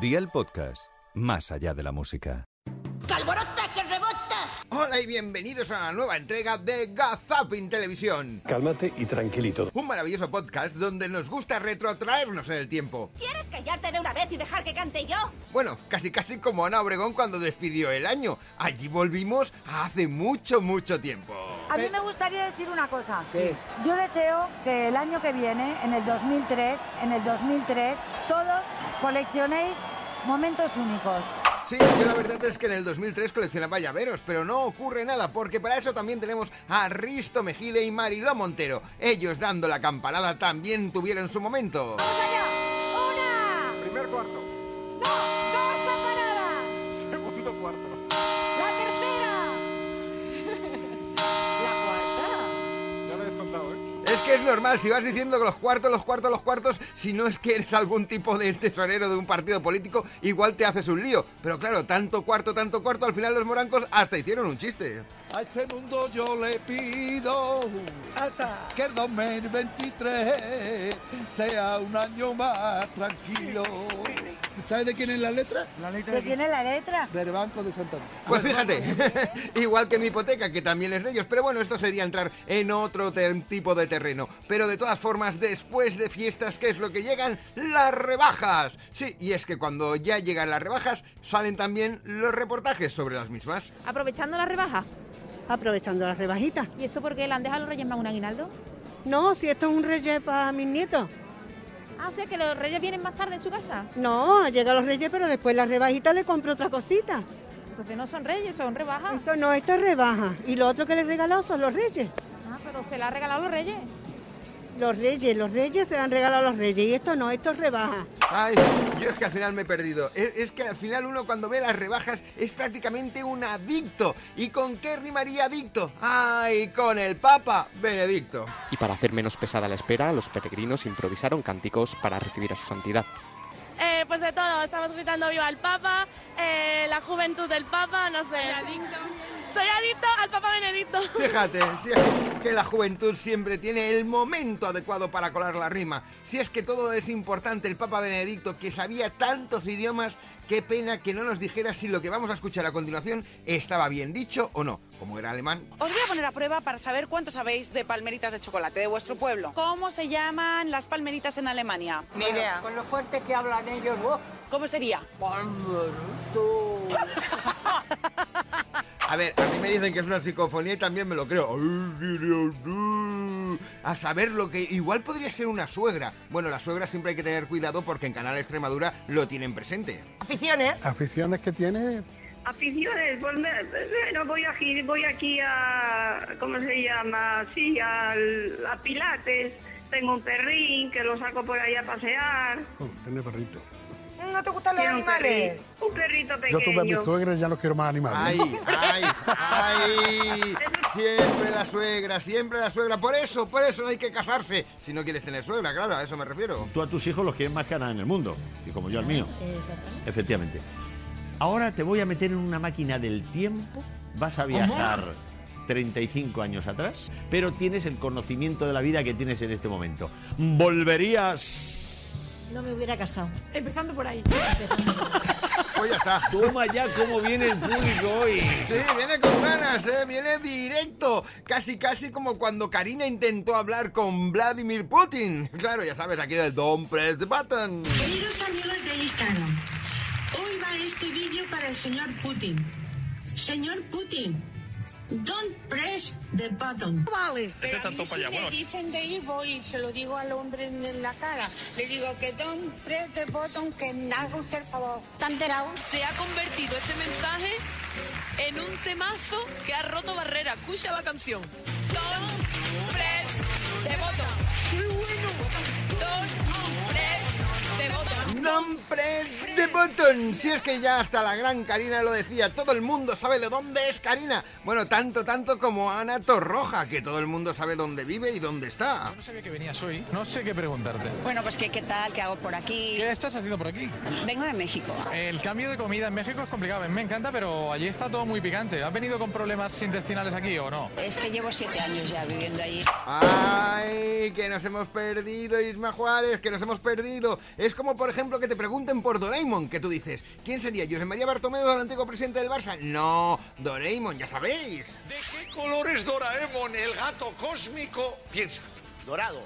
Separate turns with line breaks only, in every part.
Día el podcast, más allá de la música.
¡Calborota que rebota!
Hola y bienvenidos a la nueva entrega de Gazapin Televisión.
Cálmate y tranquilito.
Un maravilloso podcast donde nos gusta retrotraernos en el tiempo.
¿Quieres callarte de una vez y dejar que cante yo?
Bueno, casi casi como Ana Obregón cuando despidió el año. Allí volvimos a hace mucho, mucho tiempo.
A
Eh.
mí me gustaría decir una cosa. Yo deseo que el año que viene, en el 2003, en el 2003, todos coleccionéis momentos únicos.
Sí, yo la verdad es que en el 2003 coleccionaba llaveros, pero no ocurre nada porque para eso también tenemos a Risto Mejide y Mariló Montero. Ellos dando la campanada también tuvieron su momento.
¡Vamos allá! ¡Una!
Primer cuarto,
¡Dos! ¡Dos campanadas!
segundo cuarto.
¡La tercera! ¡La cuarta!
Ya lo he descontado, ¿eh?
Es que es normal, si vas diciendo que los cuartos, los cuartos, los cuartos, si no es que eres algún tipo de tesorero de un partido político, igual te haces un lío. Pero claro, tanto cuarto, tanto cuarto, al final los morancos hasta hicieron un chiste.
A este mundo yo le pido que el 2023 sea un año más tranquilo. ¿Sabes de quién es la letra? La letra
¿Qué tiene la letra?
del Banco de Santander.
Pues fíjate, igual que mi hipoteca, que también es de ellos, pero bueno, esto sería entrar en otro ter- tipo de terreno. Pero de todas formas, después de fiestas, ¿qué es lo que llegan? Las rebajas. Sí, y es que cuando ya llegan las rebajas, salen también los reportajes sobre las mismas.
aprovechando la rebaja.
aprovechando las rebajitas.
¿Y eso porque le han dejado a los Reyes Magos un aguinaldo?
No, si esto es un reyes para mis nietos.
Ah, o sea que los Reyes vienen más tarde en su casa.
No, llega los reyes, pero después las rebajitas le compro otra cosita.
Entonces no son Reyes, son rebajas.
Esto no, esto es rebaja. Y lo otro que les he regalado son los reyes.
Ah, pero se la ha regalado los Reyes.
Los reyes, los reyes se le han regalado a los reyes. Y esto no, esto es rebaja.
Ay, yo es que al final me he perdido. Es, es que al final uno cuando ve las rebajas es prácticamente un adicto. ¿Y con qué rimaría adicto? Ay, con el Papa Benedicto.
Y para hacer menos pesada la espera, los peregrinos improvisaron cánticos para recibir a su santidad.
pues de todo, estamos gritando viva el Papa, eh, la juventud del Papa, no sé. Soy adicto. Soy adicto al Papa Benedicto.
Fíjate, si es que la juventud siempre tiene el momento adecuado para colar la rima. Si es que todo es importante, el Papa Benedicto, que sabía tantos idiomas, qué pena que no nos dijera si lo que vamos a escuchar a continuación estaba bien dicho o no. Como era alemán,
Os voy a poner a prueba para saber cuánto sabéis de palmeritas de chocolate de vuestro pueblo. ¿Cómo se llaman las palmeritas en Alemania?
Ni idea.
Con lo fuerte que hablan ellos, ¿Cómo sería?
A ver, a mí me dicen que es una psicofonía y también me lo creo. A saber lo que igual podría ser una suegra. Bueno, la suegra siempre hay que tener cuidado porque en Canal Extremadura lo tienen presente.
¿Aficiones?
Aficiones que tiene
Aficiones, pues me- bueno, voy aquí, voy aquí a, ¿cómo se llama? Sí, al- a Pilates. Tengo un perrín que lo saco por ahí a pasear.
oh, tiene perrito.
¿No te gustan los
Tiene un
animales?
perri- Un perrito, pequeño.
suegra y ya no quiero más animales.
Ay, ay, ay. Siempre la suegra, siempre la suegra. Por eso, por eso no hay que casarse. Si no quieres tener suegra, claro, a eso me refiero.
Tú a tus hijos los quieres más que a nada en el mundo, y como yo al mío. Efectivamente. Ahora te voy a meter en una máquina del tiempo, vas a viajar 35 años atrás, pero tienes el conocimiento de la vida que tienes en este momento. Volverías...
No me hubiera casado. Empezando por ahí.
Pues ya está.
Toma ya cómo viene el público hoy.
Sí, viene con ganas, ¿eh? viene directo. Casi, casi como cuando Karina intentó hablar con Vladimir Putin. Claro, ya sabes, aquí del Don't Press the Button.
Queridos amigos de Instagram, hoy va este vídeo para el señor Putin. Señor Putin, don't press the button. Vale. Pero a mí si me dicen de ir, voy y se lo digo al hombre en en la cara. Le digo que don't press the button, que me haga usted el favor.
¿Tan enterado?
Se ha convertido ese mensaje en un temazo que ha roto barrera. Escucha la canción. Don't press the button. ¡Qué bueno! Don't press the button.
Nombre de Button. Si es que ya hasta la gran Karina lo decía, todo el mundo sabe de dónde es Karina. Bueno, tanto, tanto como Ana Torroja, que todo el mundo sabe dónde vive y dónde está.
No sabía que venías hoy. No sé qué preguntarte.
Bueno, pues ¿qué, qué tal, qué hago por aquí.
¿Qué estás haciendo por aquí?
Vengo de México.
El cambio de comida en México es complicado. Me encanta, pero allí está todo muy picante. ¿Has venido con problemas intestinales aquí o no?
Es que llevo siete años ya viviendo allí.
Ay, que nos hemos perdido, Isma Juárez, que nos hemos perdido. Es como, por ejemplo, ejemplo, que te pregunten por Doraemon, que tú dices, ¿quién sería? ¿José María Bartomeu, el antiguo presidente del Barça? No, Doraemon, ya sabéis.
¿De qué color es Doraemon, el gato cósmico? Piensa. Dorado.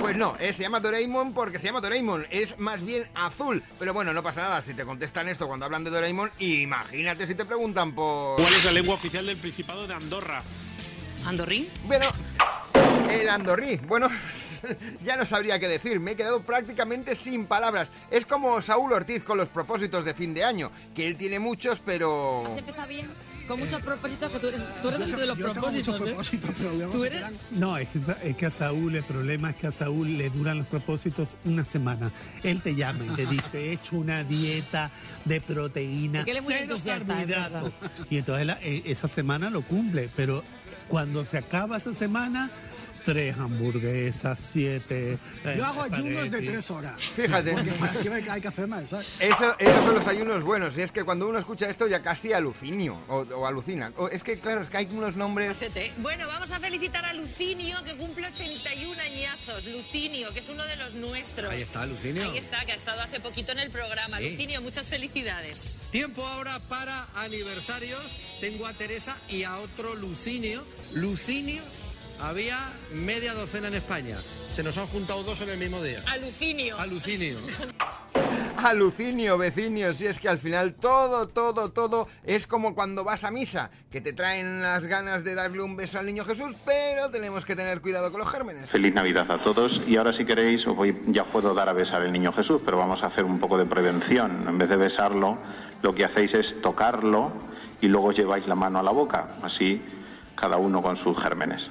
Pues no, eh, se llama Doraemon porque se llama Doraemon, es más bien azul. Pero bueno, no pasa nada si te contestan esto cuando hablan de Doraemon. Imagínate si te preguntan por...
¿Cuál es la lengua oficial del Principado de Andorra?
¿Andorrí? Bueno, el andorrí. Bueno, ya no sabría qué decir. Me he quedado prácticamente sin palabras. Es como Saúl Ortiz con los propósitos de fin de año, que él tiene muchos, pero...
Has empezado bien, con muchos propósitos, que tú eres, tú eres el de los propósitos. ¿eh? ¿Tú eres?
No, es que, Sa- es que a Saúl el problema es que a Saúl le duran los propósitos una semana. Él te llama y te dice, he hecho una dieta de proteína,
Porque él es muy
cero
entusiasta, es verdad.
carbohidratos". Y entonces la- e- esa semana lo cumple, pero cuando se acaba esa semana, tres hamburguesas, siete...
Yo hago ayunos de tres horas.
Fíjate.
Porque ¿qué hay- hay que hacer más, ¿sabes?
Eso, esos son los ayunos buenos. Y es que cuando uno escucha esto ya casi alucinio o, o alucina. O- es que claro, es que hay unos nombres...
Bueno, vamos a felicitar a Lucinio, que cumple 81 añazos. Lucinio, que es uno de los nuestros.
Ahí está, Lucinio.
Ahí está, que ha estado hace poquito en el programa.
Sí.
Lucinio, muchas felicidades.
Tiempo ahora para aniversarios. Tengo a Teresa y a otro Lucinio. Lucinios había media docena en España. Se nos han juntado dos en el mismo día.
A Lucinio.
A Lucinio.
Alucinio, vecinio, si es que al final todo, todo, todo es como cuando vas a misa, que te traen las ganas de darle un beso al niño Jesús, pero tenemos que tener cuidado con los gérmenes.
Feliz Navidad a todos y ahora si queréis os voy, ya os puedo dar a besar el niño Jesús, pero vamos a hacer un poco de prevención. En vez de besarlo, lo que hacéis es tocarlo y luego os lleváis la mano a la boca, así cada uno con sus gérmenes.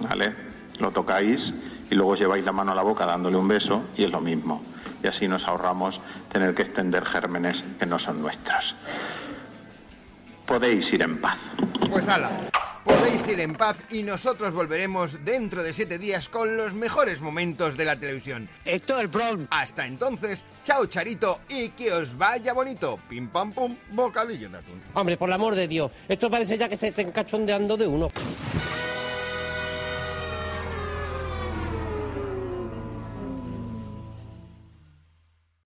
¿Vale? Lo tocáis y luego os lleváis la mano a la boca dándole un beso y es lo mismo. Y así nos ahorramos tener que extender gérmenes que no son nuestros. Podéis ir en paz.
Pues ala, podéis ir en paz y nosotros volveremos dentro de siete días con los mejores momentos de la televisión. Esto el Brown. Hasta entonces, chao Charito y que os vaya bonito. Pim pam pum, bocadillo de atún.
Hombre, por el amor de Dios, esto parece ya que se estén cachondeando de uno.